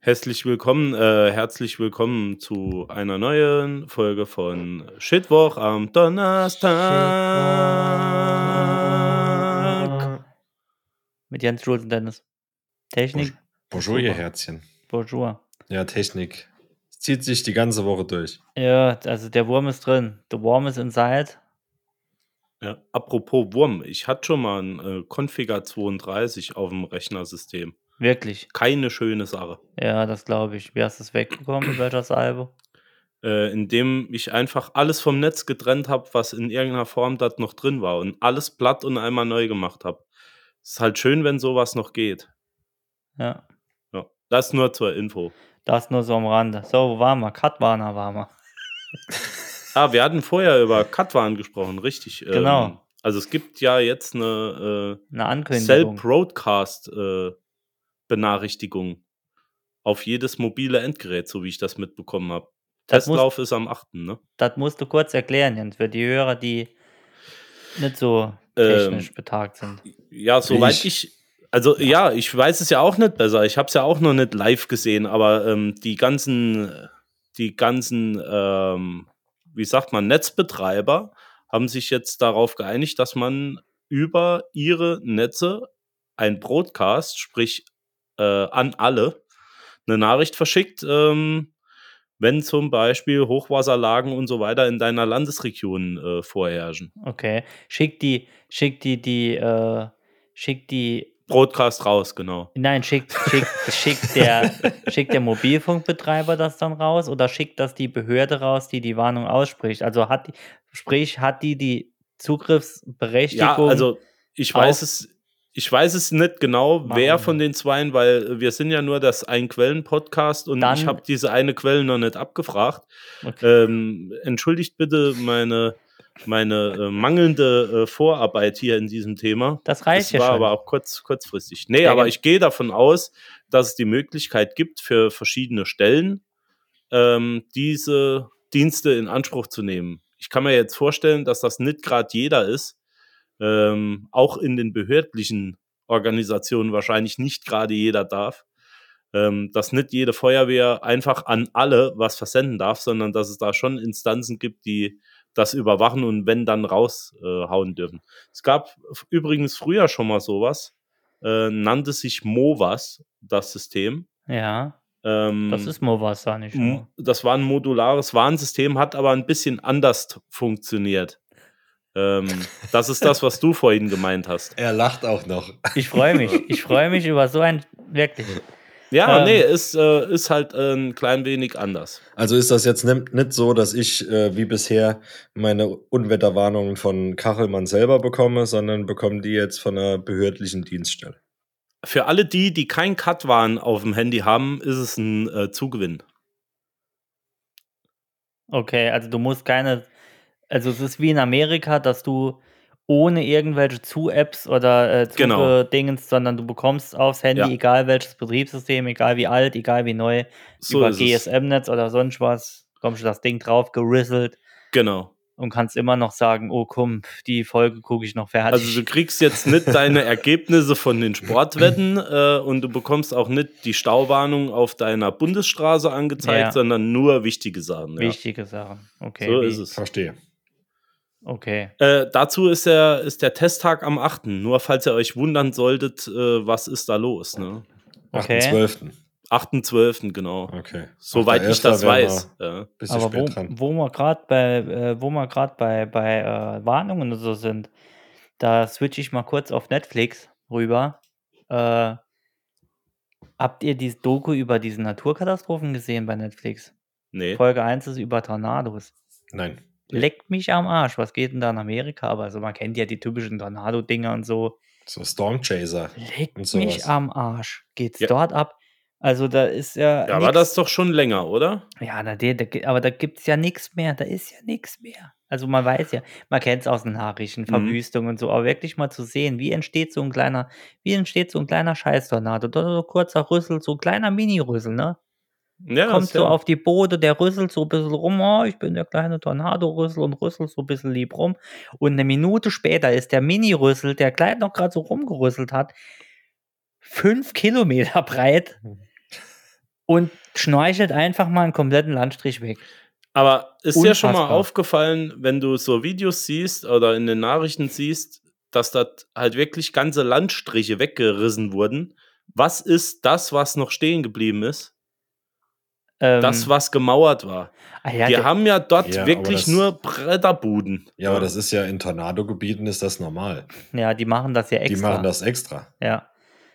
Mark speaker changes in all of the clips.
Speaker 1: Hässlich willkommen, äh, herzlich willkommen zu einer neuen Folge von Shitwoch am Donnerstag.
Speaker 2: Mit Jens Schulz und Dennis. Technik,
Speaker 3: Bonjour, ihr Herzchen.
Speaker 2: bonjour.
Speaker 3: Ja, Technik. Es zieht sich die ganze Woche durch.
Speaker 2: Ja, also der Wurm ist drin. The Worm is inside.
Speaker 1: Ja, apropos Wurm, ich hatte schon mal ein äh, Configure 32 auf dem Rechnersystem.
Speaker 2: Wirklich.
Speaker 1: Keine schöne Sache.
Speaker 2: Ja, das glaube ich. Wie hast du es wegbekommen mit welcher Salbe?
Speaker 1: Äh, indem ich einfach alles vom Netz getrennt habe, was in irgendeiner Form dort noch drin war und alles platt und einmal neu gemacht habe. Ist halt schön, wenn sowas noch geht.
Speaker 2: Ja.
Speaker 1: Ja, das nur zur Info.
Speaker 2: Das nur so am Rande. So, wo waren wir? Katwana waren wir.
Speaker 1: Ah, wir hatten vorher über Katwan gesprochen, richtig. Ähm,
Speaker 2: Genau.
Speaker 1: Also es gibt ja jetzt eine äh, Cell
Speaker 2: Eine Ankündigung.
Speaker 1: Broadcast äh, Benachrichtigung auf jedes mobile Endgerät, so wie ich das mitbekommen habe.
Speaker 2: Das muss-
Speaker 1: Testlauf ist am 8., ne?
Speaker 2: Das musst du kurz erklären, Jens, für die Hörer, die nicht so
Speaker 1: Ähm,
Speaker 2: technisch betagt sind.
Speaker 1: Ja, soweit ich. also ja, ich weiß es ja auch nicht besser. Ich habe es ja auch noch nicht live gesehen, aber ähm, die ganzen, die ganzen, ähm, wie sagt man, Netzbetreiber haben sich jetzt darauf geeinigt, dass man über ihre Netze ein Broadcast, sprich äh, an alle, eine Nachricht verschickt, ähm, wenn zum Beispiel Hochwasserlagen und so weiter in deiner Landesregion äh, vorherrschen.
Speaker 2: Okay. Schick die, schick die, die, äh, schick die
Speaker 1: Broadcast raus, genau.
Speaker 2: Nein, schickt, schickt, schickt, der, schickt der Mobilfunkbetreiber das dann raus oder schickt das die Behörde raus, die die Warnung ausspricht? Also hat die, sprich, hat die die Zugriffsberechtigung?
Speaker 1: Ja, also ich
Speaker 2: auf-
Speaker 1: weiß es, ich weiß es nicht genau, wer
Speaker 2: Machen.
Speaker 1: von den zweien, weil äh, wir sind ja nur das Ein-Quellen-Podcast und
Speaker 2: Dann-
Speaker 1: ich habe diese eine Quelle noch nicht abgefragt.
Speaker 2: okay.
Speaker 1: Ähm, entschuldigt bitte meine, meine äh, mangelnde äh, Vorarbeit hier in diesem Thema.
Speaker 2: das reicht
Speaker 1: das
Speaker 2: ja
Speaker 1: war
Speaker 2: schon.
Speaker 1: aber auch kurz, kurzfristig. Nee,
Speaker 2: Ja,
Speaker 1: aber
Speaker 2: gen-
Speaker 1: ich gehe davon aus, dass es die Möglichkeit gibt, für verschiedene Stellen ähm, diese Dienste in Anspruch zu nehmen. Ich kann mir jetzt vorstellen, dass das nicht gerade jeder ist. Ähm, auch in den behördlichen Organisationen wahrscheinlich nicht gerade jeder darf. Ähm, dass nicht jede Feuerwehr einfach an alle was versenden darf, sondern dass es da schon Instanzen gibt, die das überwachen und wenn dann raushauen äh, dürfen. Es gab f- übrigens früher schon mal sowas, äh, nannte sich MOVAS, das System.
Speaker 2: ja,
Speaker 1: Ähm,
Speaker 2: das ist mal was, sag ich
Speaker 1: M-
Speaker 2: schon.
Speaker 1: Das war ein modulares Warnsystem, hat aber ein bisschen anders funktioniert. Ähm, das ist das, was du vorhin gemeint hast.
Speaker 3: Er lacht auch noch.
Speaker 2: Ich freue mich. Ich freue mich über so ein, wirklich.
Speaker 1: Ja,
Speaker 2: Ähm.
Speaker 1: nee, ist, äh, ist halt äh, ein klein wenig anders.
Speaker 3: Also ist das jetzt nicht, nicht so, dass ich äh, wie bisher meine Unwetterwarnungen von Kachelmann selber bekomme, sondern bekomme die jetzt von einer behördlichen Dienststelle.
Speaker 1: Für alle die, die kein Katwan auf dem Handy haben, ist es ein äh, Zugewinn.
Speaker 2: Okay, also du musst keine, also es ist wie in Amerika, dass du ohne irgendwelche Zu-Apps oder äh,
Speaker 1: Genau.
Speaker 2: Zuge-Dingens, sondern du bekommst aufs Handy,
Speaker 1: Ja.
Speaker 2: egal welches Betriebssystem, egal wie alt, egal wie neu,
Speaker 1: So
Speaker 2: über
Speaker 1: ist es.
Speaker 2: GSM-Netz oder sonst was, kommst du das Ding drauf, gerisselt
Speaker 1: Genau.
Speaker 2: und kannst immer noch sagen, oh komm, pf, die Folge gucke ich noch fertig.
Speaker 1: Also du kriegst jetzt nicht deine Ergebnisse von den Sportwetten äh, und du bekommst auch nicht die Stauwarnung auf deiner Bundesstraße angezeigt,
Speaker 2: Ja.
Speaker 1: sondern nur wichtige Sachen. Ja.
Speaker 2: Wichtige Sachen. Okay.
Speaker 1: So
Speaker 2: wie-
Speaker 1: ist es.
Speaker 3: Verstehe.
Speaker 2: Okay.
Speaker 1: Äh, dazu ist der, ist der Testtag am 8. Nur falls ihr euch wundern solltet, äh, was ist da los. Ne?
Speaker 2: Okay.
Speaker 3: 8.12.
Speaker 1: 8.12. genau.
Speaker 3: Okay.
Speaker 1: Soweit ich
Speaker 3: 8.11.
Speaker 1: das
Speaker 3: wären wir
Speaker 1: weiß. äh, Ja.
Speaker 3: Ein bisschen
Speaker 2: Aber wo,
Speaker 3: spät dran.
Speaker 2: wo wir gerade bei, äh, wo wir gerade bei, bei äh, Warnungen und so sind, da switche ich mal kurz auf Netflix rüber. Äh, habt ihr die Doku über diese Naturkatastrophen gesehen bei Netflix?
Speaker 1: Nee.
Speaker 2: Folge 1 ist über Tornados.
Speaker 3: Nein.
Speaker 2: Leckt mich am Arsch, was geht denn da in Amerika? Aber also man kennt ja die typischen Tornado-Dinger und so.
Speaker 3: So Stormchaser.
Speaker 2: Leckt
Speaker 3: Und sowas.
Speaker 2: mich am Arsch. Geht's
Speaker 1: Ja.
Speaker 2: dort ab? Also da ist ja.
Speaker 1: Ja, war
Speaker 2: nix-
Speaker 1: das doch schon länger, oder?
Speaker 2: Ja, na, der, der, ge- aber da gibt es ja nichts mehr. Da ist ja nichts mehr. Also man weiß ja, man kennt es aus den Nachrichten, Verwüstung und so, aber wirklich mal zu sehen, wie entsteht so ein kleiner, wie entsteht so ein kleiner Scheißtornado. Da so ein kurzer Rüssel, so ein kleiner Mini-Rüssel, ne?
Speaker 1: Ja,
Speaker 2: Kommt
Speaker 1: ist
Speaker 2: so
Speaker 1: ja-
Speaker 2: auf die Boote, der rüsselt so ein bisschen rum, oh, ich bin der kleine Tornado-Rüssel und rüsselt so ein bisschen lieb rum. Und eine Minute später ist der Mini-Rüssel, der klein noch
Speaker 1: Hm.
Speaker 2: gerade so rumgerüsselt hat, fünf Kilometer breit und schnorchelt einfach mal einen kompletten Landstrich weg.
Speaker 1: Aber ist dir schon mal
Speaker 2: Unfassbar.
Speaker 1: aufgefallen, wenn du so Videos siehst oder in den Nachrichten siehst, dass da halt wirklich ganze Landstriche weggerissen wurden? Was ist das, was noch stehen geblieben ist?
Speaker 2: Ähm,
Speaker 1: Das, was gemauert war.
Speaker 2: ah, ja,
Speaker 1: Wir
Speaker 2: ge-
Speaker 1: haben ja dort
Speaker 3: Ja, aber
Speaker 1: wirklich
Speaker 3: das-
Speaker 1: nur Bretterbuden.
Speaker 3: Ja, aber das ist ja in Tornadogebieten ist das normal.
Speaker 2: ja, die machen das ja extra.
Speaker 3: Die machen das extra.
Speaker 2: Ja.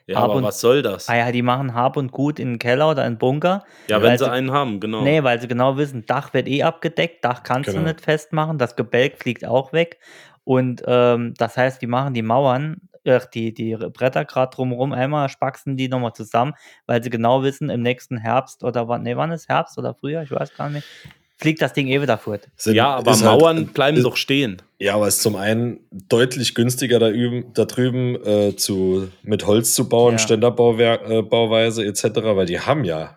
Speaker 1: Ja, aber
Speaker 2: Ab-
Speaker 1: was soll das?
Speaker 2: Ah ja, die machen Hab und Gut in den Keller oder in den Bunker.
Speaker 1: Ja, wenn
Speaker 2: weil
Speaker 3: also
Speaker 1: sie
Speaker 2: sie-
Speaker 1: einen haben, genau.
Speaker 2: Nee, weil sie genau wissen, Dach wird eh abgedeckt, Dach kannst du
Speaker 3: Genau.
Speaker 2: nicht festmachen, das Gebälk fliegt auch weg. Und ähm, das heißt, die machen die Mauern, äh, die, die Bretter gerade drumherum, einmal spaxen die nochmal zusammen, weil sie genau wissen, im nächsten Herbst oder wann, nee, wann ist Herbst oder früher, ich weiß gar nicht mehr, fliegt das Ding eh wieder fort.
Speaker 3: Sind-
Speaker 1: ja, aber
Speaker 3: ist halt-
Speaker 1: Mauern bleiben
Speaker 3: ist-
Speaker 1: doch stehen.
Speaker 3: Ja, aber es ist zum einen deutlich günstiger da, üben, da drüben äh, zu, mit Holz zu bauen,
Speaker 2: Ja.
Speaker 3: Ständerbauweise äh, Bauweise etc., weil die haben ja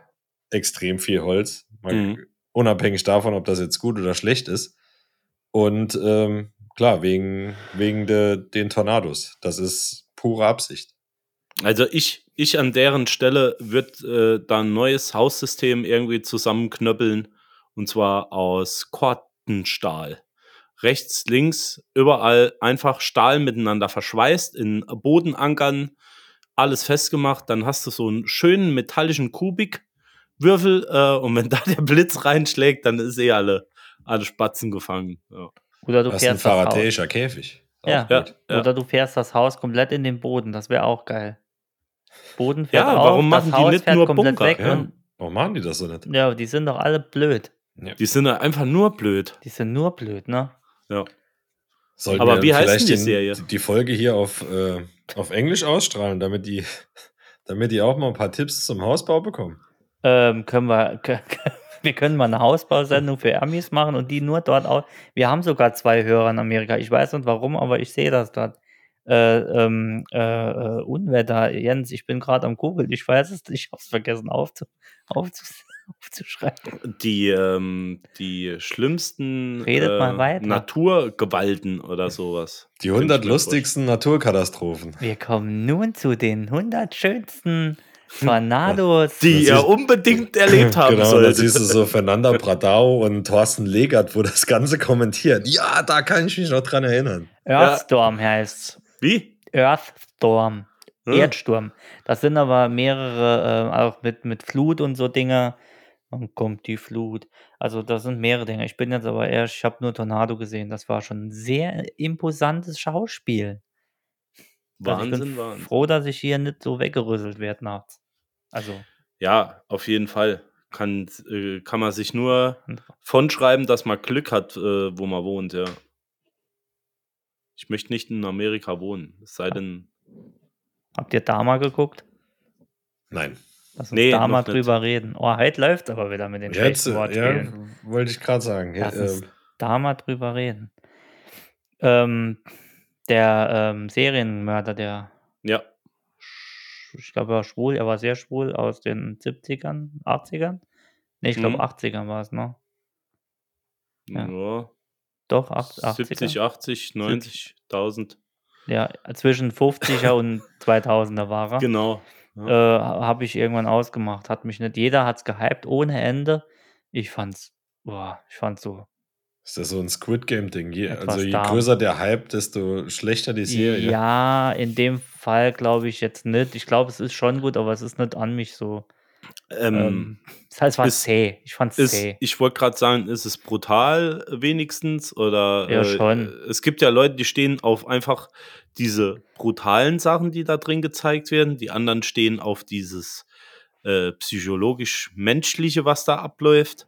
Speaker 3: extrem viel Holz, Man,
Speaker 1: Mhm.
Speaker 3: unabhängig davon, ob das jetzt gut oder schlecht ist. Und ähm, klar, wegen, wegen de, den Tornados. Das ist pure Absicht.
Speaker 1: Also ich, ich an deren Stelle würde äh, da ein neues Haussystem irgendwie zusammenknöppeln und zwar aus Kortenstahl. Rechts, links, überall einfach Stahl miteinander verschweißt, in Boden ankern, alles festgemacht, dann hast du so einen schönen metallischen Kubikwürfel äh, und wenn da der Blitz reinschlägt, dann ist eh alle, alle Spatzen gefangen. Ja.
Speaker 2: Oder du
Speaker 3: das ist ein
Speaker 2: fährst das Haus.
Speaker 3: faradäischer Käfig. Auch
Speaker 2: Ja.
Speaker 3: gut.
Speaker 1: Ja.
Speaker 2: Oder du fährst das Haus komplett in den Boden, das wäre auch geil. Boden fährt
Speaker 1: Ja,
Speaker 2: auf,
Speaker 1: warum machen
Speaker 2: das
Speaker 1: die
Speaker 2: Haus
Speaker 1: nicht
Speaker 2: fährt
Speaker 1: nur
Speaker 2: komplett
Speaker 1: Bunker?
Speaker 2: weg
Speaker 3: Ja.
Speaker 2: und
Speaker 3: Warum machen die das so nicht?
Speaker 2: ja, die sind doch alle blöd.
Speaker 1: Die sind ja einfach nur blöd.
Speaker 2: Die sind nur blöd, ne?
Speaker 3: Sollten
Speaker 1: Aber
Speaker 3: wir
Speaker 1: wie heißt
Speaker 3: vielleicht
Speaker 1: denn die
Speaker 3: den-
Speaker 1: Serie?
Speaker 3: Die Folge hier auf, äh, auf Englisch ausstrahlen, damit die, damit die auch mal ein paar Tipps zum Hausbau bekommen.
Speaker 2: Ähm, können wir, kö- wir können mal eine Hausbausendung für Amis machen und die nur dort aus. Wir haben sogar zwei Hörer in Amerika. Ich weiß nicht warum, aber ich sehe das dort. Äh, ähm, äh, äh, Unwetter, Jens, ich bin gerade am Google. Ich weiß es, nicht, ich habe es vergessen aufzu, aufzu, aufzuschreiben.
Speaker 1: die, ähm, die schlimmsten äh,
Speaker 2: Redet mal weiter.
Speaker 1: Naturgewalten oder sowas. Könnte
Speaker 3: Die
Speaker 1: ich
Speaker 3: 100
Speaker 1: mir
Speaker 3: lustigsten Naturkatastrophen.
Speaker 2: Wir kommen nun zu den 100 schönsten Tornados.
Speaker 1: Die
Speaker 3: Das
Speaker 1: ihr
Speaker 3: ist-
Speaker 1: unbedingt erlebt haben
Speaker 3: genau, da
Speaker 1: solltet.
Speaker 3: siehst du so Fernanda Pradau und Thorsten Legert, wo das Ganze kommentiert. Ja, da kann ich mich noch dran erinnern.
Speaker 2: Earthstorm heißt's.
Speaker 1: Wie?
Speaker 2: Earthstorm.
Speaker 1: Hm?
Speaker 2: Erdsturm. Das sind aber mehrere, äh, auch mit, mit Flut und so Dinge. Dann kommt die Flut. Also das sind mehrere Dinge. Ich bin jetzt aber eher, ich habe nur Tornado gesehen. Das war schon ein sehr imposantes Schauspiel. also ich
Speaker 1: Wahnsinn,
Speaker 2: bin
Speaker 1: Wahnsinn.
Speaker 2: froh, dass ich hier nicht so weggerüsselt werde nachts. Also,
Speaker 1: Ja, auf jeden Fall. Kann, äh, kann man sich nur von schreiben, dass man Glück hat, äh, wo man wohnt, ja. Ich möchte nicht in Amerika wohnen. Es sei denn,
Speaker 2: habt ihr da mal geguckt?
Speaker 3: Nein.
Speaker 2: Lass uns
Speaker 1: Nee,
Speaker 2: da
Speaker 1: noch
Speaker 2: mal
Speaker 1: nicht.
Speaker 2: drüber reden. Oh, heute läuft aber wieder mit den
Speaker 3: Jetzt,
Speaker 2: schlechten
Speaker 3: ja,
Speaker 2: Wortspielen.
Speaker 3: wollte ich gerade sagen. Ja,
Speaker 2: Lass uns
Speaker 3: ähm,
Speaker 2: da mal drüber reden. Ähm, der ähm, Serienmörder, der,
Speaker 1: ja,
Speaker 2: sch- ich glaube, er war schwul, er war sehr schwul aus den 70ern, 80ern? Ne, ich glaube,
Speaker 1: Mhm.
Speaker 2: 80ern war es, ne? Ja.
Speaker 1: nur
Speaker 2: Doch, acht-
Speaker 1: 70,
Speaker 2: 80er.
Speaker 1: 80, 90, 1000.
Speaker 2: Ja, zwischen 50er und 2000er war er.
Speaker 1: Genau.
Speaker 2: Äh, Habe ich irgendwann ausgemacht. Hat mich nicht, jeder hat es gehypt, ohne Ende. Ich fand's, boah, ich fand's so.
Speaker 3: ist das so ein Squid Game-Ding? Je-
Speaker 2: Etwas
Speaker 3: Also je
Speaker 2: da.
Speaker 3: größer der Hype, desto schlechter die Serie.
Speaker 2: Ja, in dem Fall glaube ich jetzt nicht. Ich glaube, es ist schon gut, aber es ist nicht an mich so.
Speaker 1: Ähm,
Speaker 2: Ähm, das heißt, es war
Speaker 1: ist-
Speaker 2: zäh. Ich fand es
Speaker 1: Ist,
Speaker 2: zäh.
Speaker 1: ich wollte gerade sagen, ist es brutal äh, wenigstens oder
Speaker 2: Ja,
Speaker 1: äh,
Speaker 2: schon.
Speaker 1: es gibt ja Leute, die stehen auf einfach diese brutalen Sachen, die da drin gezeigt werden. Die anderen stehen auf dieses äh, psychologisch menschliche, was da abläuft.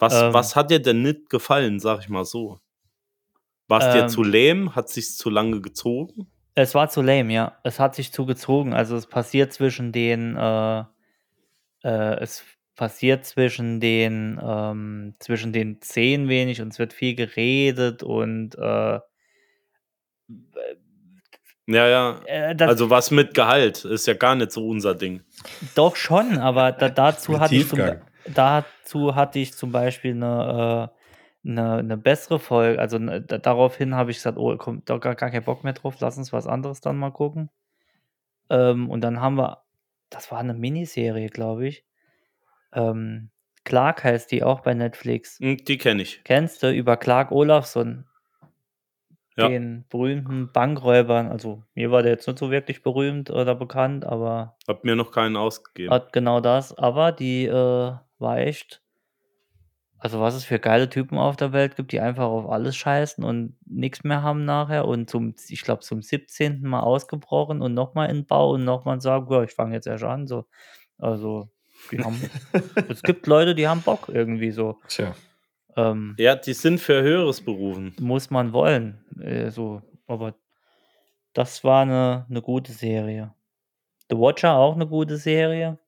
Speaker 1: Was,
Speaker 2: Ähm.
Speaker 1: was hat dir denn nicht gefallen, sag ich mal so? War es dir
Speaker 2: Ähm.
Speaker 1: zu lähm? Hat sich's zu lange gezogen?
Speaker 2: Es war zu lame, ja. Es hat sich zugezogen. Also es passiert zwischen den, äh, äh, es passiert zwischen den, ähm, zwischen den Szenen wenig und es wird viel geredet und äh,
Speaker 1: Ja, ja.
Speaker 2: äh, das
Speaker 1: also was mit Gehalt ist ja gar nicht so unser Ding.
Speaker 2: Doch schon, aber da, dazu,
Speaker 3: Mit
Speaker 2: hatte ich zum,
Speaker 3: Tiefgang.
Speaker 2: dazu hatte ich zum Beispiel eine, äh, eine, eine bessere Folge. Also ne, da, daraufhin habe ich gesagt, oh, komm, da gar, gar keinen Bock mehr drauf, lass uns was anderes dann mal gucken. Ähm, und dann haben wir, das war eine Miniserie, glaube ich. Ähm, Clark heißt die auch bei Netflix.
Speaker 1: Hm, Die kenne ich.
Speaker 2: Kennst du über Clark Olafsson?
Speaker 1: Ja.
Speaker 2: Den berühmten Bankräubern. Also, mir war der jetzt nicht so wirklich berühmt oder bekannt, aber
Speaker 1: Hab mir noch keinen ausgegeben.
Speaker 2: hat genau das. Aber die äh, war echt. Also, was es für geile Typen auf der Welt gibt, die einfach auf alles scheißen und nichts mehr haben nachher und zum, ich glaube, zum 17. Mal ausgebrochen und nochmal in Bau und nochmal sagen, ja, ich fange jetzt erst an. So. Also, die haben, es gibt Leute, die haben Bock irgendwie so.
Speaker 3: Tja.
Speaker 2: Ähm,
Speaker 1: Ja, die sind für höheres Berufen.
Speaker 2: muss man wollen. Äh, so. Aber das war eine, eine gute Serie. The Watcher auch eine gute Serie.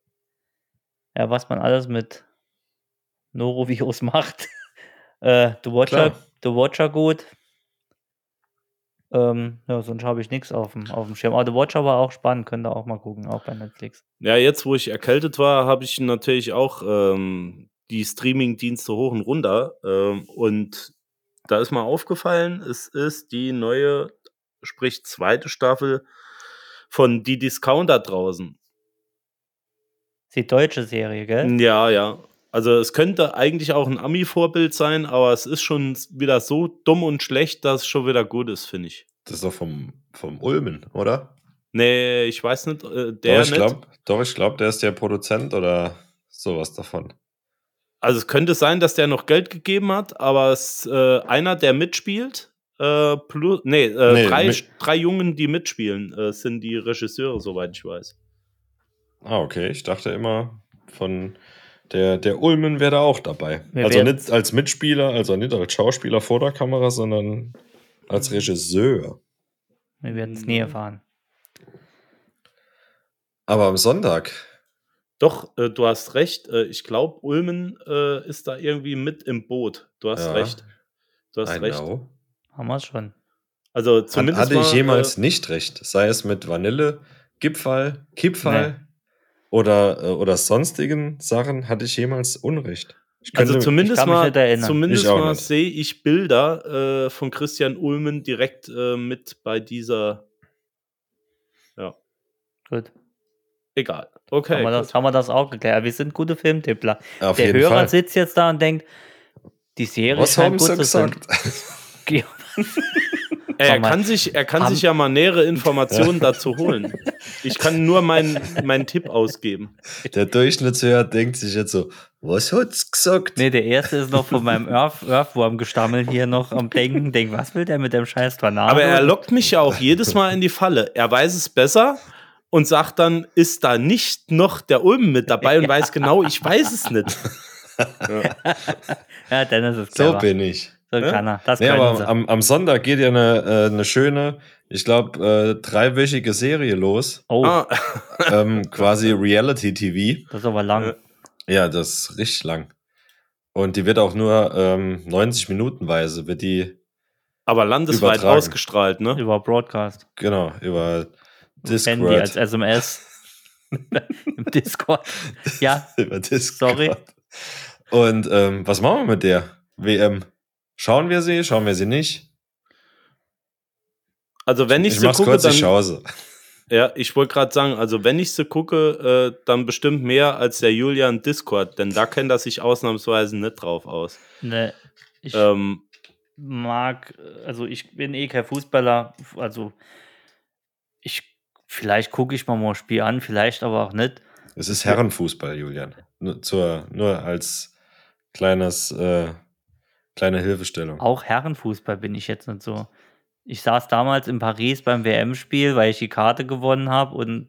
Speaker 2: Ja, was man alles mit Norovirus macht. äh, The, Watcher,
Speaker 3: Klar.
Speaker 2: The Watcher gut. Ähm, ja, sonst habe ich nichts auf dem, auf dem Schirm. Aber The Watcher war auch spannend, könnt ihr auch mal gucken, auch bei Netflix.
Speaker 1: Ja, jetzt, wo ich erkältet war, habe ich natürlich auch ähm, die Streaming-Dienste hoch und runter. Ähm, und da ist mal aufgefallen, es ist die neue, sprich zweite Staffel von Die Discounter draußen.
Speaker 2: Ist die deutsche Serie, gell?
Speaker 1: Ja, ja. Also es könnte eigentlich auch ein Ami-Vorbild sein, aber es ist schon wieder so dumm und schlecht, dass es schon wieder gut ist, finde ich.
Speaker 3: Das ist doch vom, vom Ulmen, oder?
Speaker 1: Nee, ich weiß nicht, äh, der
Speaker 3: doch, ich
Speaker 1: nicht.
Speaker 3: glaube, glaub, der ist der Produzent oder sowas davon.
Speaker 1: Also es könnte sein, dass der noch Geld gegeben hat, aber es äh, einer, der mitspielt, äh, plus, nee, äh,
Speaker 3: Nee,
Speaker 1: drei,
Speaker 3: mit-
Speaker 1: drei Jungen, die mitspielen, äh, sind die Regisseure, soweit ich weiß.
Speaker 3: Ah, okay. Ich dachte immer, von der, der Ulmen wäre da auch dabei.
Speaker 2: Wer
Speaker 3: also
Speaker 2: wär-
Speaker 3: nicht als Mitspieler, also nicht als Schauspieler vor der Kamera, sondern als Regisseur.
Speaker 2: Wir werden es nie
Speaker 1: Mhm.
Speaker 2: erfahren.
Speaker 3: Aber am Sonntag.
Speaker 1: Doch, äh, du hast recht. Äh, ich glaube, Ulmen äh, ist da irgendwie mit im Boot. Du hast
Speaker 3: Ja.
Speaker 1: recht. Du hast
Speaker 3: I
Speaker 1: recht.
Speaker 3: know.
Speaker 2: Haben wir es schon.
Speaker 1: Also
Speaker 3: Hat,
Speaker 1: zumindest
Speaker 3: hatte ich
Speaker 1: mal,
Speaker 3: jemals
Speaker 1: äh,
Speaker 3: nicht recht. Sei es mit Vanille, Gipfel, Kipfel oder, äh, oder sonstigen Sachen, hatte ich jemals Unrecht. Ich
Speaker 1: also
Speaker 3: könnte-
Speaker 1: zumindest
Speaker 2: kann mich
Speaker 1: mal,
Speaker 2: nicht erinnern.
Speaker 1: zumindest
Speaker 3: Ich auch
Speaker 1: mal
Speaker 3: nicht.
Speaker 1: sehe ich Bilder äh, von Christian Ulmen direkt äh, mit bei dieser.
Speaker 2: Gut.
Speaker 1: Egal. Okay.
Speaker 2: haben, wir
Speaker 1: gut.
Speaker 2: das, haben wir das auch geklärt. Wir sind gute Filmtippler.
Speaker 3: auf
Speaker 2: der
Speaker 3: jeden
Speaker 2: Hörer
Speaker 3: Fall.
Speaker 2: sitzt jetzt da und denkt, die Serie
Speaker 3: Was
Speaker 2: scheint
Speaker 3: haben
Speaker 2: gut
Speaker 3: sie
Speaker 2: zu sein.
Speaker 3: gesagt?
Speaker 2: Ja,
Speaker 1: Er
Speaker 2: Komm mal.
Speaker 1: kann, sich, er kann
Speaker 2: Am-
Speaker 1: sich ja mal nähere Informationen dazu holen. Ich kann nur meinen, meinen Tipp ausgeben.
Speaker 3: Der Durchschnittshörer denkt sich jetzt so, was hat's gesagt?
Speaker 2: nee, der erste ist noch von meinem Earth, Earthworm gestammelt hier noch am Denken. Denkt, was will der mit dem scheiß Tornado?
Speaker 1: Aber er lockt mich ja auch jedes Mal in die Falle. Er weiß es besser und sagt dann, ist da nicht noch der Ulm mit dabei und weiß genau, ich weiß es nicht.
Speaker 2: Ja, Dennis ist
Speaker 3: so
Speaker 2: clever. So,
Speaker 3: bin ich. Ja?
Speaker 2: kann er. Das
Speaker 3: Nee,
Speaker 2: können
Speaker 3: aber
Speaker 2: sie.
Speaker 3: am, am Sonntag geht ja eine, äh, eine schöne, ich glaube, äh, dreiwöchige Serie los.
Speaker 2: Oh,
Speaker 1: Ah,
Speaker 3: ähm, quasi Reality TV.
Speaker 2: das ist aber lang.
Speaker 3: Ja, das ist richtig lang. Und die wird auch nur ähm, 90 Minutenweise, wird die,
Speaker 1: aber landesweit
Speaker 3: Übertragen.
Speaker 1: ausgestrahlt, ne?
Speaker 2: Über Broadcast.
Speaker 3: genau, über
Speaker 2: Handy als
Speaker 3: Äh. Discord.
Speaker 2: SMS. Im Discord. Ja,
Speaker 3: über Discord.
Speaker 2: Sorry.
Speaker 3: Und ähm, was machen wir mit der WM? Schauen wir sie, schauen wir sie nicht?
Speaker 1: Also wenn ich,
Speaker 3: Ich,
Speaker 1: so
Speaker 3: mach's
Speaker 1: gucke,
Speaker 3: kurz,
Speaker 1: dann,
Speaker 3: ich schaue sie.
Speaker 1: Ja, ich wollte gerade sagen, also wenn ich sie gucke, äh, dann bestimmt mehr als der Julian Discord, denn da kennt er sich ausnahmsweise nicht drauf aus.
Speaker 2: ne, ich
Speaker 1: Ähm,
Speaker 2: mag, also ich bin eh kein Fußballer, also ich, vielleicht gucke ich mal mal ein Spiel an, vielleicht aber auch nicht.
Speaker 3: Es ist Herrenfußball, Julian. Nur, zur, nur als kleines, äh, kleine Hilfestellung.
Speaker 2: Auch Herrenfußball bin ich jetzt nicht so. Ich saß damals in Paris beim WM-Spiel, weil ich die Karte gewonnen habe und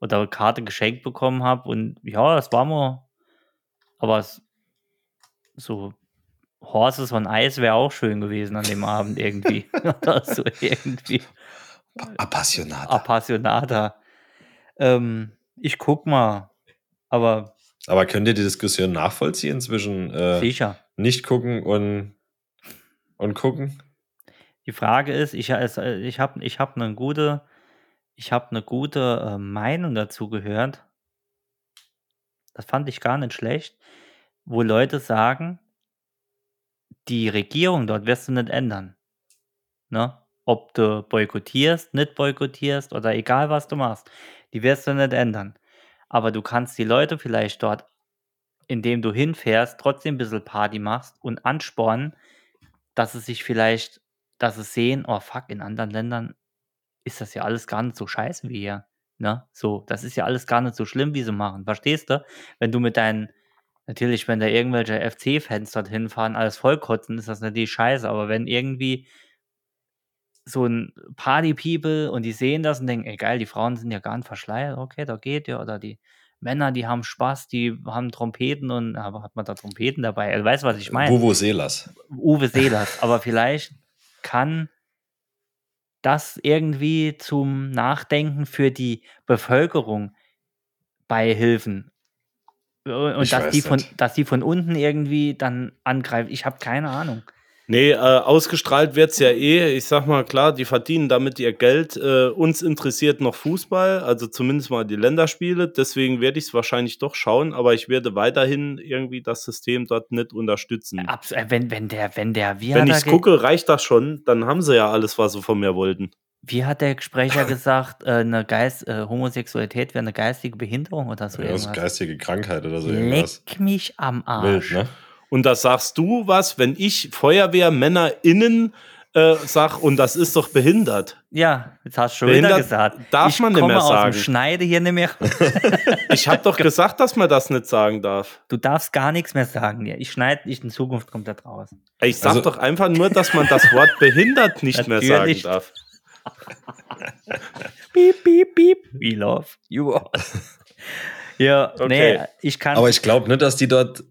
Speaker 2: oder Karte geschenkt bekommen habe und ja, das war mal. Aber es, so Horses on Eis wäre auch schön gewesen an dem Abend irgendwie. Oder so irgendwie.
Speaker 3: Appassionata.
Speaker 2: Appassionata. Ähm, ich guck mal. Aber
Speaker 3: Aber könnt ihr die Diskussion nachvollziehen zwischen äh,
Speaker 2: sicher.
Speaker 3: nicht gucken und, und gucken?
Speaker 2: Die Frage ist, ich, es- ich habe ich hab eine gute, ich hab eine gute äh, Meinung dazu gehört. Das fand ich gar nicht schlecht, wo Leute sagen, die Regierung dort wirst du nicht ändern. Ne? Ob du boykottierst, nicht boykottierst oder egal was du machst, die wirst du nicht ändern. Aber du kannst die Leute vielleicht dort indem du hinfährst, trotzdem ein bisschen Party machst und anspornen, dass es sich vielleicht, dass es sehen, oh fuck, in anderen Ländern ist das ja alles gar nicht so scheiße wie hier. Ne? So, das ist ja alles gar nicht so schlimm, wie sie machen. Verstehst du? Wenn du mit deinen, natürlich, wenn da irgendwelche FC-Fans dorthin fahren, alles vollkotzen, ist das natürlich scheiße. Aber wenn irgendwie so ein Party-People und die sehen das und denken, ey geil, die Frauen sind ja gar nicht verschleiert, okay, da geht ja. Oder die Männer, die haben Spaß, die haben Trompeten und aber hat man da Trompeten dabei? Also, weißt du, was ich meine?
Speaker 3: Wuvo Selas.
Speaker 2: Uwe Seelers. aber vielleicht kann das irgendwie zum Nachdenken für die Bevölkerung beihilfen. Und
Speaker 3: Ich
Speaker 2: dass
Speaker 3: weiß
Speaker 2: die, von,
Speaker 3: nicht.
Speaker 2: dass die von unten irgendwie dann angreift. Ich habe keine Ahnung.
Speaker 1: Nee, äh, ausgestrahlt wird's ja eh. Ich sag mal, klar, die verdienen damit ihr Geld. Äh, uns interessiert noch Fußball, also zumindest mal die Länderspiele. Deswegen werde ich es wahrscheinlich doch schauen, aber ich werde weiterhin irgendwie das System dort nicht unterstützen.
Speaker 2: Abs äh, wenn, wenn der, wenn der, wie
Speaker 1: Wenn
Speaker 2: hat er
Speaker 1: ich's
Speaker 2: ge-
Speaker 1: gucke, reicht das schon. Dann haben sie ja alles, was sie von mir wollten.
Speaker 2: Wie hat der Sprecher gesagt, äh, eine Geist, äh, Homosexualität wäre eine geistige Behinderung oder so
Speaker 3: Ja, das ist
Speaker 2: irgendwas?
Speaker 3: geistige Krankheit oder so irgendwas.
Speaker 2: Leck mich am Arsch.
Speaker 3: Wild, ne?
Speaker 1: Und da sagst du was, wenn ich FeuerwehrmännerInnen äh, sag, und das ist doch behindert.
Speaker 2: Ja, jetzt hast du schon
Speaker 1: Behindert
Speaker 2: wieder gesagt.
Speaker 1: darf
Speaker 2: ich
Speaker 1: man nicht
Speaker 2: komme
Speaker 1: mehr
Speaker 2: aus
Speaker 1: sagen.
Speaker 2: dem Schneide hier nicht mehr.
Speaker 1: Ich habe doch gesagt, dass man das nicht sagen darf.
Speaker 2: Du darfst gar nichts mehr sagen. Ja, Ich schneide, ich in Zukunft kommt da raus.
Speaker 1: Ich sag
Speaker 3: Also-
Speaker 1: doch einfach nur, dass man das Wort behindert nicht mehr sagen
Speaker 2: Natürlich.
Speaker 1: darf.
Speaker 2: Piep, piep, piep. We love you all. ja,
Speaker 1: Okay.
Speaker 2: nee, ich kann.
Speaker 3: Aber ich glaube nicht, dass die dort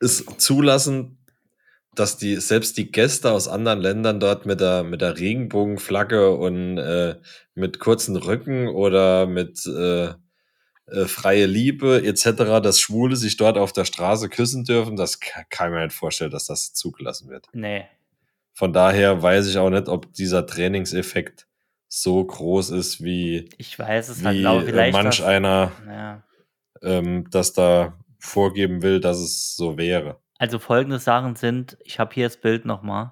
Speaker 3: es zulassen, dass die selbst die Gäste aus anderen Ländern dort mit der, mit der Regenbogenflagge und äh, mit kurzen Rücken oder mit äh, äh, freie Liebe etc., dass Schwule sich dort auf der Straße küssen dürfen, das kann kann ich mir nicht vorstellen, dass das zugelassen wird.
Speaker 2: nee.
Speaker 3: Von daher weiß ich auch nicht, ob dieser Trainingseffekt so groß ist, wie,
Speaker 2: Ich weiß es halt,
Speaker 3: wie
Speaker 2: aber
Speaker 3: äh,
Speaker 2: vielleicht.
Speaker 3: manch
Speaker 2: das-
Speaker 3: einer
Speaker 2: ja.
Speaker 3: ähm, das da vorgeben will, dass es so wäre.
Speaker 2: Also folgende Sachen sind, ich habe hier das Bild nochmal.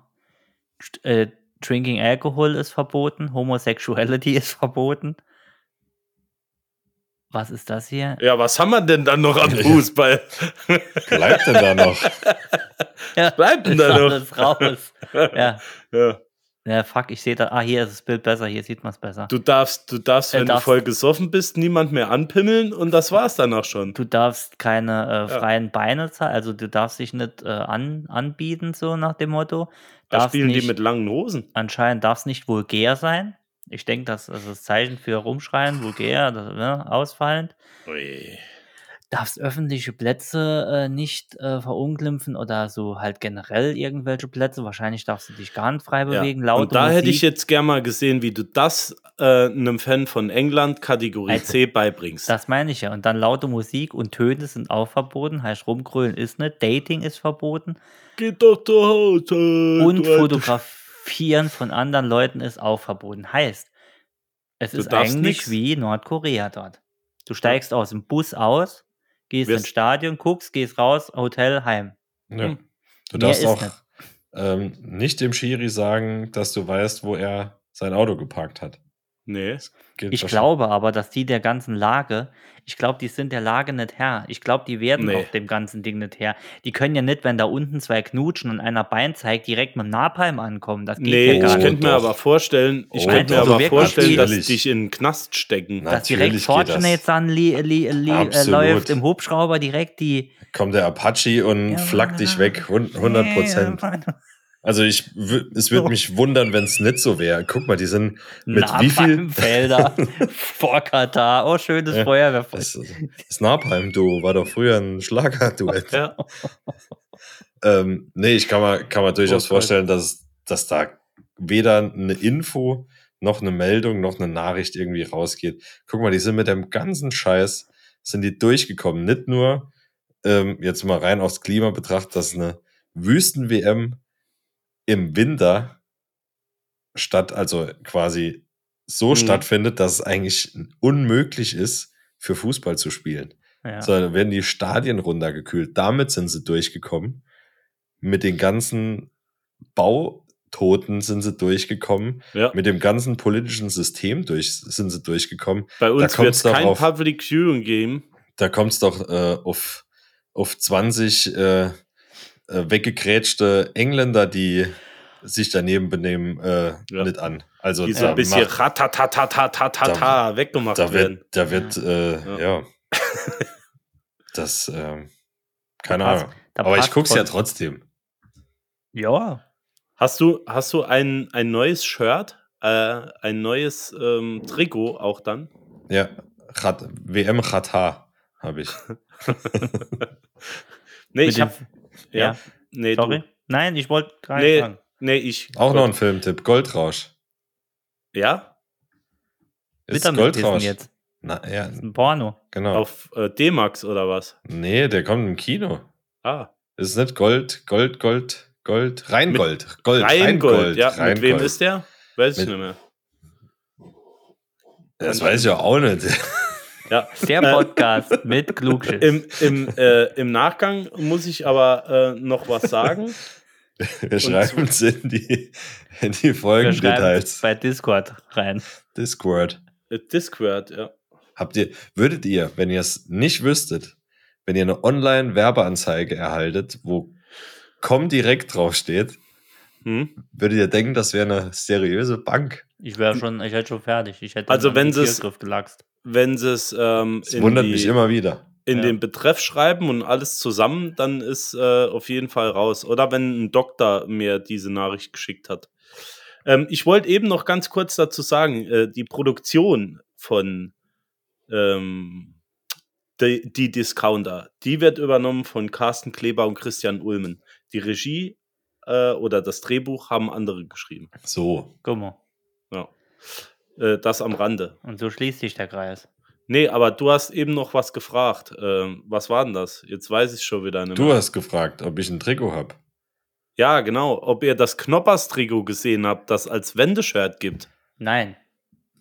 Speaker 2: Äh, Drinking Alcohol ist verboten, Homosexuality ist verboten. Was ist das hier?
Speaker 1: Ja, was haben wir denn dann noch am Fußball?
Speaker 3: Bleibt denn da noch?
Speaker 1: Bleibt denn da noch?
Speaker 2: Alles raus. Ja.
Speaker 1: Ja.
Speaker 2: ja, fuck, ich sehe da. Ah, hier ist das Bild besser, hier sieht man es besser. Du,
Speaker 1: Du darfst, du darfst,
Speaker 2: Er
Speaker 1: wenn
Speaker 2: darf-
Speaker 1: du voll gesoffen bist, niemand mehr anpimmeln und das war's danach schon.
Speaker 2: darfst keine äh,
Speaker 1: Ja.
Speaker 2: freien Beine zeigen, also du darfst dich nicht äh, an, anbieten, so nach dem Motto.
Speaker 1: Da
Speaker 2: Darfst
Speaker 1: spielen
Speaker 2: nicht,
Speaker 1: die mit langen Hosen.
Speaker 2: anscheinend darf es nicht vulgär sein. Ich denke, das ist das Zeichen für rumschreien, vulgär, das, ne, ausfallend.
Speaker 1: Ui.
Speaker 2: darfst öffentliche Plätze äh, nicht äh, verunglimpfen oder so halt generell irgendwelche Plätze. Wahrscheinlich darfst du dich gar nicht frei
Speaker 1: Ja.
Speaker 2: bewegen. Laut
Speaker 1: Und da hätte ich
Speaker 2: Musik.
Speaker 1: jetzt gern mal gesehen, wie du das äh, einem Fan von England Kategorie
Speaker 2: Also,
Speaker 1: C beibringst.
Speaker 2: Das meine ich ja. Und dann laute Musik und Töne sind auch verboten. Heißt, rumgrölen ist nicht. Dating ist verboten.
Speaker 1: Geht doch zu Hause.
Speaker 2: Und
Speaker 1: du alte
Speaker 2: Fotografieren von anderen Leuten ist auch verboten. Heißt, es
Speaker 1: Du
Speaker 2: ist
Speaker 1: darfst
Speaker 2: eigentlich
Speaker 1: nix.
Speaker 2: wie Nordkorea dort. Du steigst aus dem Bus aus, gehst
Speaker 1: Wirst-
Speaker 2: ins Stadion, guckst, gehst raus, Hotel, heim.
Speaker 3: Ja. Du
Speaker 2: Hm. Mehr
Speaker 3: darfst
Speaker 2: ist
Speaker 3: auch
Speaker 2: nicht.
Speaker 3: ähm, nicht dem Schiri sagen, dass du weißt, wo er sein Auto geparkt hat.
Speaker 1: Nee.
Speaker 3: Gilt
Speaker 2: Ich
Speaker 3: wahrscheinlich-
Speaker 2: glaube aber, dass die der ganzen Lage, ich glaube, die sind der Lage nicht Herr. Ich glaube, die werden
Speaker 1: Nee.
Speaker 2: auch dem ganzen Ding nicht Herr. Die können ja nicht, wenn da unten zwei knutschen und einer Bein zeigt, direkt mit dem Napalm ankommen. Das geht
Speaker 1: Nee,
Speaker 2: ja gar
Speaker 1: ich
Speaker 2: nicht.
Speaker 1: könnte mir
Speaker 3: doch.
Speaker 1: aber vorstellen, ich
Speaker 3: Oh,
Speaker 1: könnte mir
Speaker 2: doch.
Speaker 1: aber
Speaker 2: Wirklich?
Speaker 1: vorstellen, dass
Speaker 3: Natürlich.
Speaker 1: die dich in den Knast stecken.
Speaker 3: Na,
Speaker 2: Dass direkt
Speaker 3: natürlich geht das.
Speaker 2: Fortunate Sun li, li, li, äh,
Speaker 3: Absolut.
Speaker 2: läuft im Hubschrauber direkt die.
Speaker 3: Kommt der Apache und
Speaker 2: Ja,
Speaker 3: flackt dich weg. Hund- 100 Prozent. Also ich, wü- es würde mich wundern, wenn es nicht so wäre. Guck mal, die sind mit wie viel...
Speaker 2: Felder vor Katar. Oh, schönes
Speaker 3: Ja.
Speaker 2: Feuerwehr.
Speaker 3: Das, das Napalm-Duo war doch früher ein Schlagerduett.
Speaker 1: Ja.
Speaker 3: Ähm, nee, ich kann mir, kann mir
Speaker 1: Oh,
Speaker 3: durchaus
Speaker 1: Gott.
Speaker 3: vorstellen, dass, dass da weder eine Info noch eine Meldung noch eine Nachricht irgendwie rausgeht. Guck mal, die sind mit dem ganzen Scheiß, sind die durchgekommen. Nicht nur, ähm, jetzt mal rein aufs Klima betrachtet, dass eine Wüsten-WM im Winter statt, also quasi so
Speaker 1: Mhm.
Speaker 3: stattfindet, dass es eigentlich unmöglich ist, für Fußball zu spielen.
Speaker 2: Ja.
Speaker 3: So, dann werden die Stadien runtergekühlt. Damit sind sie durchgekommen. Mit den ganzen Bautoten sind sie durchgekommen.
Speaker 1: Ja.
Speaker 3: Mit dem ganzen politischen System durch, sind sie durchgekommen.
Speaker 1: Bei uns wird
Speaker 3: kommt's
Speaker 1: es
Speaker 3: doch
Speaker 1: kein
Speaker 3: auf.
Speaker 1: Public Viewing geben.
Speaker 3: Da kommt es doch äh, auf, auf 20 äh, äh, weggegrätschte Engländer, die sich daneben benehmen, äh,
Speaker 1: Ja.
Speaker 3: nicht an. Also
Speaker 1: die so
Speaker 3: da
Speaker 1: ein bisschen
Speaker 3: macht-
Speaker 1: ratatatatata weggemacht
Speaker 3: da
Speaker 1: werden.
Speaker 3: wird, da wird, äh, ja.
Speaker 1: Ja.
Speaker 3: das, ähm, keine
Speaker 2: passt-
Speaker 3: Ahnung.
Speaker 2: Da
Speaker 3: Aber ich
Speaker 2: passt
Speaker 3: guck's ja
Speaker 2: voll-
Speaker 3: trotzdem.
Speaker 2: Ja.
Speaker 1: Hast du, hast du ein, ein neues Shirt, äh, ein neues ähm, Trikot auch dann?
Speaker 3: Ja, Rat, WM Rata habe ich.
Speaker 1: Nee,
Speaker 2: mit
Speaker 1: ich
Speaker 2: dem-
Speaker 1: hab. Ja.
Speaker 2: ja,
Speaker 1: Nee,
Speaker 2: sorry.
Speaker 1: Du,
Speaker 2: Nein, ich wollte gerade
Speaker 1: Nee.
Speaker 2: sagen.
Speaker 1: nee, ich.
Speaker 3: Auch noch ein Filmtipp, Goldrausch.
Speaker 1: Ja,
Speaker 3: Ist
Speaker 2: Bitter mit Dissen
Speaker 3: Goldrausch.
Speaker 2: jetzt.
Speaker 3: Na, ja,
Speaker 2: Das ist ein Porno.
Speaker 3: genau.
Speaker 1: auf äh, D-Max oder was?
Speaker 3: nee, der kommt im Kino.
Speaker 1: Ah,
Speaker 3: Ist nicht Gold, Gold, Gold, Gold, Rheingold, Gold,
Speaker 1: Rheingold. Ja, mit wem ist der? Weiß ich
Speaker 3: Mit-
Speaker 1: nicht mehr.
Speaker 3: Das weiß ich ja auch nicht.
Speaker 1: Ja.
Speaker 2: Der
Speaker 1: Äh,
Speaker 2: Podcast mit Klugschiss.
Speaker 1: Im, im, äh, Im Nachgang muss ich aber äh, noch was sagen.
Speaker 3: Wir schreiben es in die, in die
Speaker 2: Wir schreiben
Speaker 3: Folgendetails.
Speaker 2: bei Discord rein.
Speaker 3: Discord.
Speaker 1: Äh, Discord, ja.
Speaker 3: Habt ihr, würdet ihr, wenn ihr es nicht wüsstet, wenn ihr eine Online-Werbeanzeige erhaltet, wo komm direkt drauf steht,
Speaker 1: Hm?
Speaker 3: würdet ihr denken, das wäre eine seriöse Bank?
Speaker 2: Ich wäre schon, ich hätte schon fertig. Ich hätte
Speaker 1: Also
Speaker 2: an
Speaker 1: wenn
Speaker 2: den
Speaker 1: sie's-
Speaker 2: Türgriff gelaxt.
Speaker 1: Wenn sie es ähm,
Speaker 3: Das
Speaker 1: in,
Speaker 3: wundert
Speaker 1: die-
Speaker 3: mich immer wieder.
Speaker 1: in
Speaker 2: Ja.
Speaker 1: den Betreff schreiben und alles zusammen, dann ist äh, auf jeden Fall raus. Oder wenn ein Doktor mir diese Nachricht geschickt hat. Ähm, ich wollte eben noch ganz kurz dazu sagen, äh, die Produktion von ähm, die, die Discounter, die wird übernommen von Carsten Kleber und Christian Ulmen. Die Regie äh, oder das Drehbuch haben andere geschrieben.
Speaker 3: So.
Speaker 2: Guck mal.
Speaker 1: Äh, das am Rande.
Speaker 2: Und so schließt sich der Kreis.
Speaker 1: Nee, aber du hast eben noch was gefragt. Ähm, was war denn das? Jetzt weiß ich schon wieder nicht
Speaker 3: Du
Speaker 1: mehr.
Speaker 3: hast gefragt, ob ich ein Trikot habe.
Speaker 1: Ja, genau. Ob ihr das Knoppers-Trikot gesehen habt, das als Wendeshirt gibt.
Speaker 2: Nein.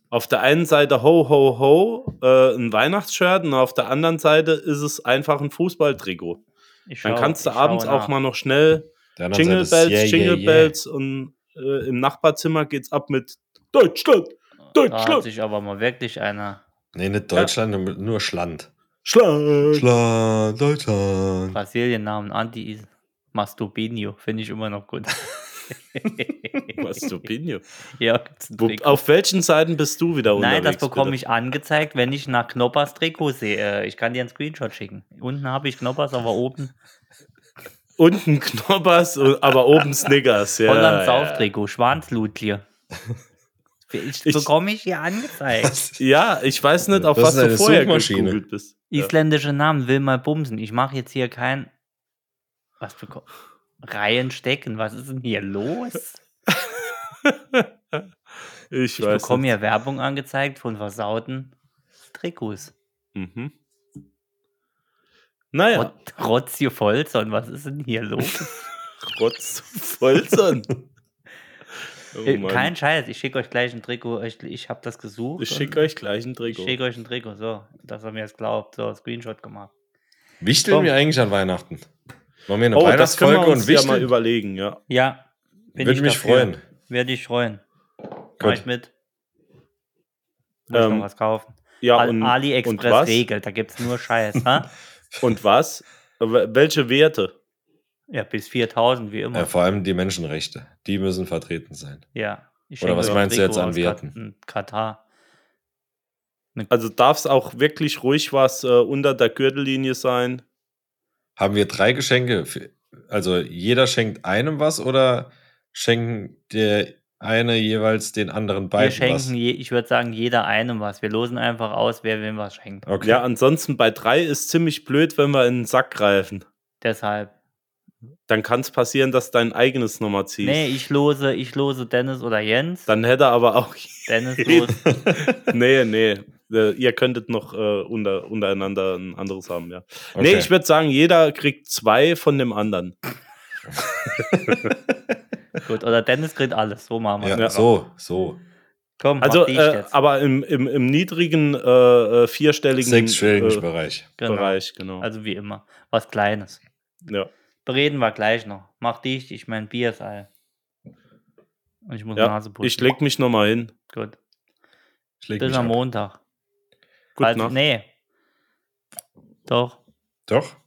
Speaker 1: Auf der einen Seite ho, ho, ho, äh, ein Weihnachtsshirt und auf der anderen Seite ist es einfach ein Fußballtrikot.
Speaker 2: Ich
Speaker 1: Dann
Speaker 2: schau-
Speaker 1: kannst du
Speaker 2: ich
Speaker 1: abends
Speaker 2: schau
Speaker 1: auch
Speaker 2: nach.
Speaker 1: mal noch schnell
Speaker 3: Der andere
Speaker 1: Jingle
Speaker 3: Seite
Speaker 1: Bells,
Speaker 3: ist yeah, yeah,
Speaker 1: Jingle
Speaker 3: yeah.
Speaker 1: Bells und äh, im Nachbarzimmer geht's ab mit Deutschland,
Speaker 2: Da
Speaker 1: Deutschland,
Speaker 2: hat sich aber mal wirklich einer
Speaker 3: Nee, nicht Deutschland, nur- nur Schland.
Speaker 1: Schlag.
Speaker 3: Schland, Deutschland.
Speaker 2: Brasilien-Namen Anti Masturbinio. Finde ich immer noch gut.
Speaker 1: Was du Pinio.
Speaker 2: ja, gibt's ein
Speaker 1: Wo,
Speaker 2: Trikot.
Speaker 1: auf welchen Seiten bist du wieder unterwegs?
Speaker 2: Nein, das bekomme ich angezeigt, wenn ich nach Knoppers Trikot sehe. Äh, Ich kann dir einen Screenshot schicken. Unten habe ich Knoppers, aber oben
Speaker 1: Unten Knoppers, aber oben Snickers. Ja,
Speaker 2: Holland
Speaker 1: ja.
Speaker 2: Sauftrikot, Schwanzlutlier. Ich,
Speaker 1: Ich-
Speaker 2: bekomme ich hier angezeigt.
Speaker 1: Ja, ich weiß nicht, auf
Speaker 3: Das
Speaker 1: was
Speaker 3: ist eine
Speaker 1: du vorher
Speaker 3: Suchmaschine.
Speaker 1: gegoogelt bist. Ja.
Speaker 2: Isländische Namen will mal bumsen. Ich mache jetzt hier kein. Was bekomme Reihen stecken. Was ist denn hier los?
Speaker 1: Ich,
Speaker 2: Ich
Speaker 1: weiß
Speaker 2: bekomme
Speaker 1: nicht.
Speaker 2: hier Werbung angezeigt von versauten Trikots.
Speaker 1: Mhm. Naja,
Speaker 2: Rot- Rotz hier Volzon, was ist denn hier los?
Speaker 1: trotz Foltern. Oh
Speaker 2: Äh,
Speaker 1: Mann.
Speaker 2: Kein Scheiß, ich schicke euch gleich ein Trikot. Ich, ich habe das gesucht.
Speaker 1: ich
Speaker 2: und-
Speaker 1: schicke euch gleich ein
Speaker 2: Ich
Speaker 1: Trikot.
Speaker 2: schicke euch ein Trikot, so, dass er mir das glaubt. So, Screenshot gemacht.
Speaker 3: Wichteln
Speaker 1: Komm.
Speaker 3: wir eigentlich an Weihnachten? Machen wir eine
Speaker 1: oh, das können
Speaker 3: Weihnachtsfolge
Speaker 1: wir uns
Speaker 3: und
Speaker 1: ja mal
Speaker 3: wichteln?
Speaker 1: überlegen, ja.
Speaker 2: Ja, bin
Speaker 3: Würde mich freuen.
Speaker 2: Würde ich freuen. Mach ich
Speaker 3: Gut.
Speaker 2: mit. Muss ich
Speaker 1: Ähm,
Speaker 2: noch was kaufen.
Speaker 1: Ja,
Speaker 2: Al-
Speaker 1: und, und
Speaker 2: AliExpress
Speaker 1: was?
Speaker 2: regelt, da gibt es nur Scheiß. ha?
Speaker 1: und was? W- Welche Werte?
Speaker 2: ja, bis 4000, wie immer.
Speaker 3: Ja,
Speaker 2: Ja,
Speaker 3: Äh, vor allem die Menschenrechte. Die müssen vertreten sein.
Speaker 2: ich
Speaker 3: Oder
Speaker 2: schenke
Speaker 3: was
Speaker 2: euch ein
Speaker 3: meinst du
Speaker 2: Trikot
Speaker 3: jetzt an
Speaker 2: aus
Speaker 3: Werten?
Speaker 2: Kat- hm, Katar.
Speaker 1: Also darf es auch wirklich ruhig was äh, unter der Gürtellinie sein?
Speaker 3: Haben wir drei Geschenke? für- Also jeder schenkt einem was oder schenken der eine jeweils den anderen
Speaker 2: Wir
Speaker 3: beiden was?
Speaker 2: schenken, je, ich würde sagen, jeder einem was. Wir losen einfach aus, wer wem was schenkt.
Speaker 3: Okay.
Speaker 1: Ja, ansonsten bei drei ist ziemlich blöd, wenn wir in den Sack greifen.
Speaker 2: Deshalb.
Speaker 1: Dann kann es passieren, dass dein eigenes Nummer ziehst.
Speaker 2: Nee, ich lose, ich lose Dennis oder Jens.
Speaker 1: Dann hätte aber auch.
Speaker 2: Dennis lost
Speaker 1: nee, nee. Äh, Ihr könntet noch äh, unter, untereinander ein anderes haben, ja.
Speaker 3: okay.
Speaker 1: Nee, ich würde sagen, jeder kriegt zwei von dem anderen.
Speaker 2: Gut, oder Dennis kriegt alles. So machen wir
Speaker 3: ja,
Speaker 1: Ja.
Speaker 3: So, so.
Speaker 2: Komm, mach
Speaker 1: Also,
Speaker 2: dich
Speaker 1: äh,
Speaker 2: jetzt.
Speaker 1: aber im, im, im niedrigen, äh, äh, vierstelligen
Speaker 3: Sechsstelligen
Speaker 1: äh,
Speaker 3: Bereich.
Speaker 2: Genau.
Speaker 1: Bereich, genau.
Speaker 2: Also wie immer. Was Kleines.
Speaker 1: ja.
Speaker 2: Bereden wir gleich noch. Mach dich, ich mein Bier ist all. Und ich muss
Speaker 1: Ja,
Speaker 2: Nase putzen.
Speaker 1: Ich leg mich nochmal hin.
Speaker 2: Gut.
Speaker 3: Ich leg
Speaker 2: Bis
Speaker 3: mich
Speaker 2: am
Speaker 3: ab.
Speaker 2: Montag.
Speaker 1: Gute
Speaker 2: also,
Speaker 1: Nacht.
Speaker 2: nee. Doch.
Speaker 3: Doch.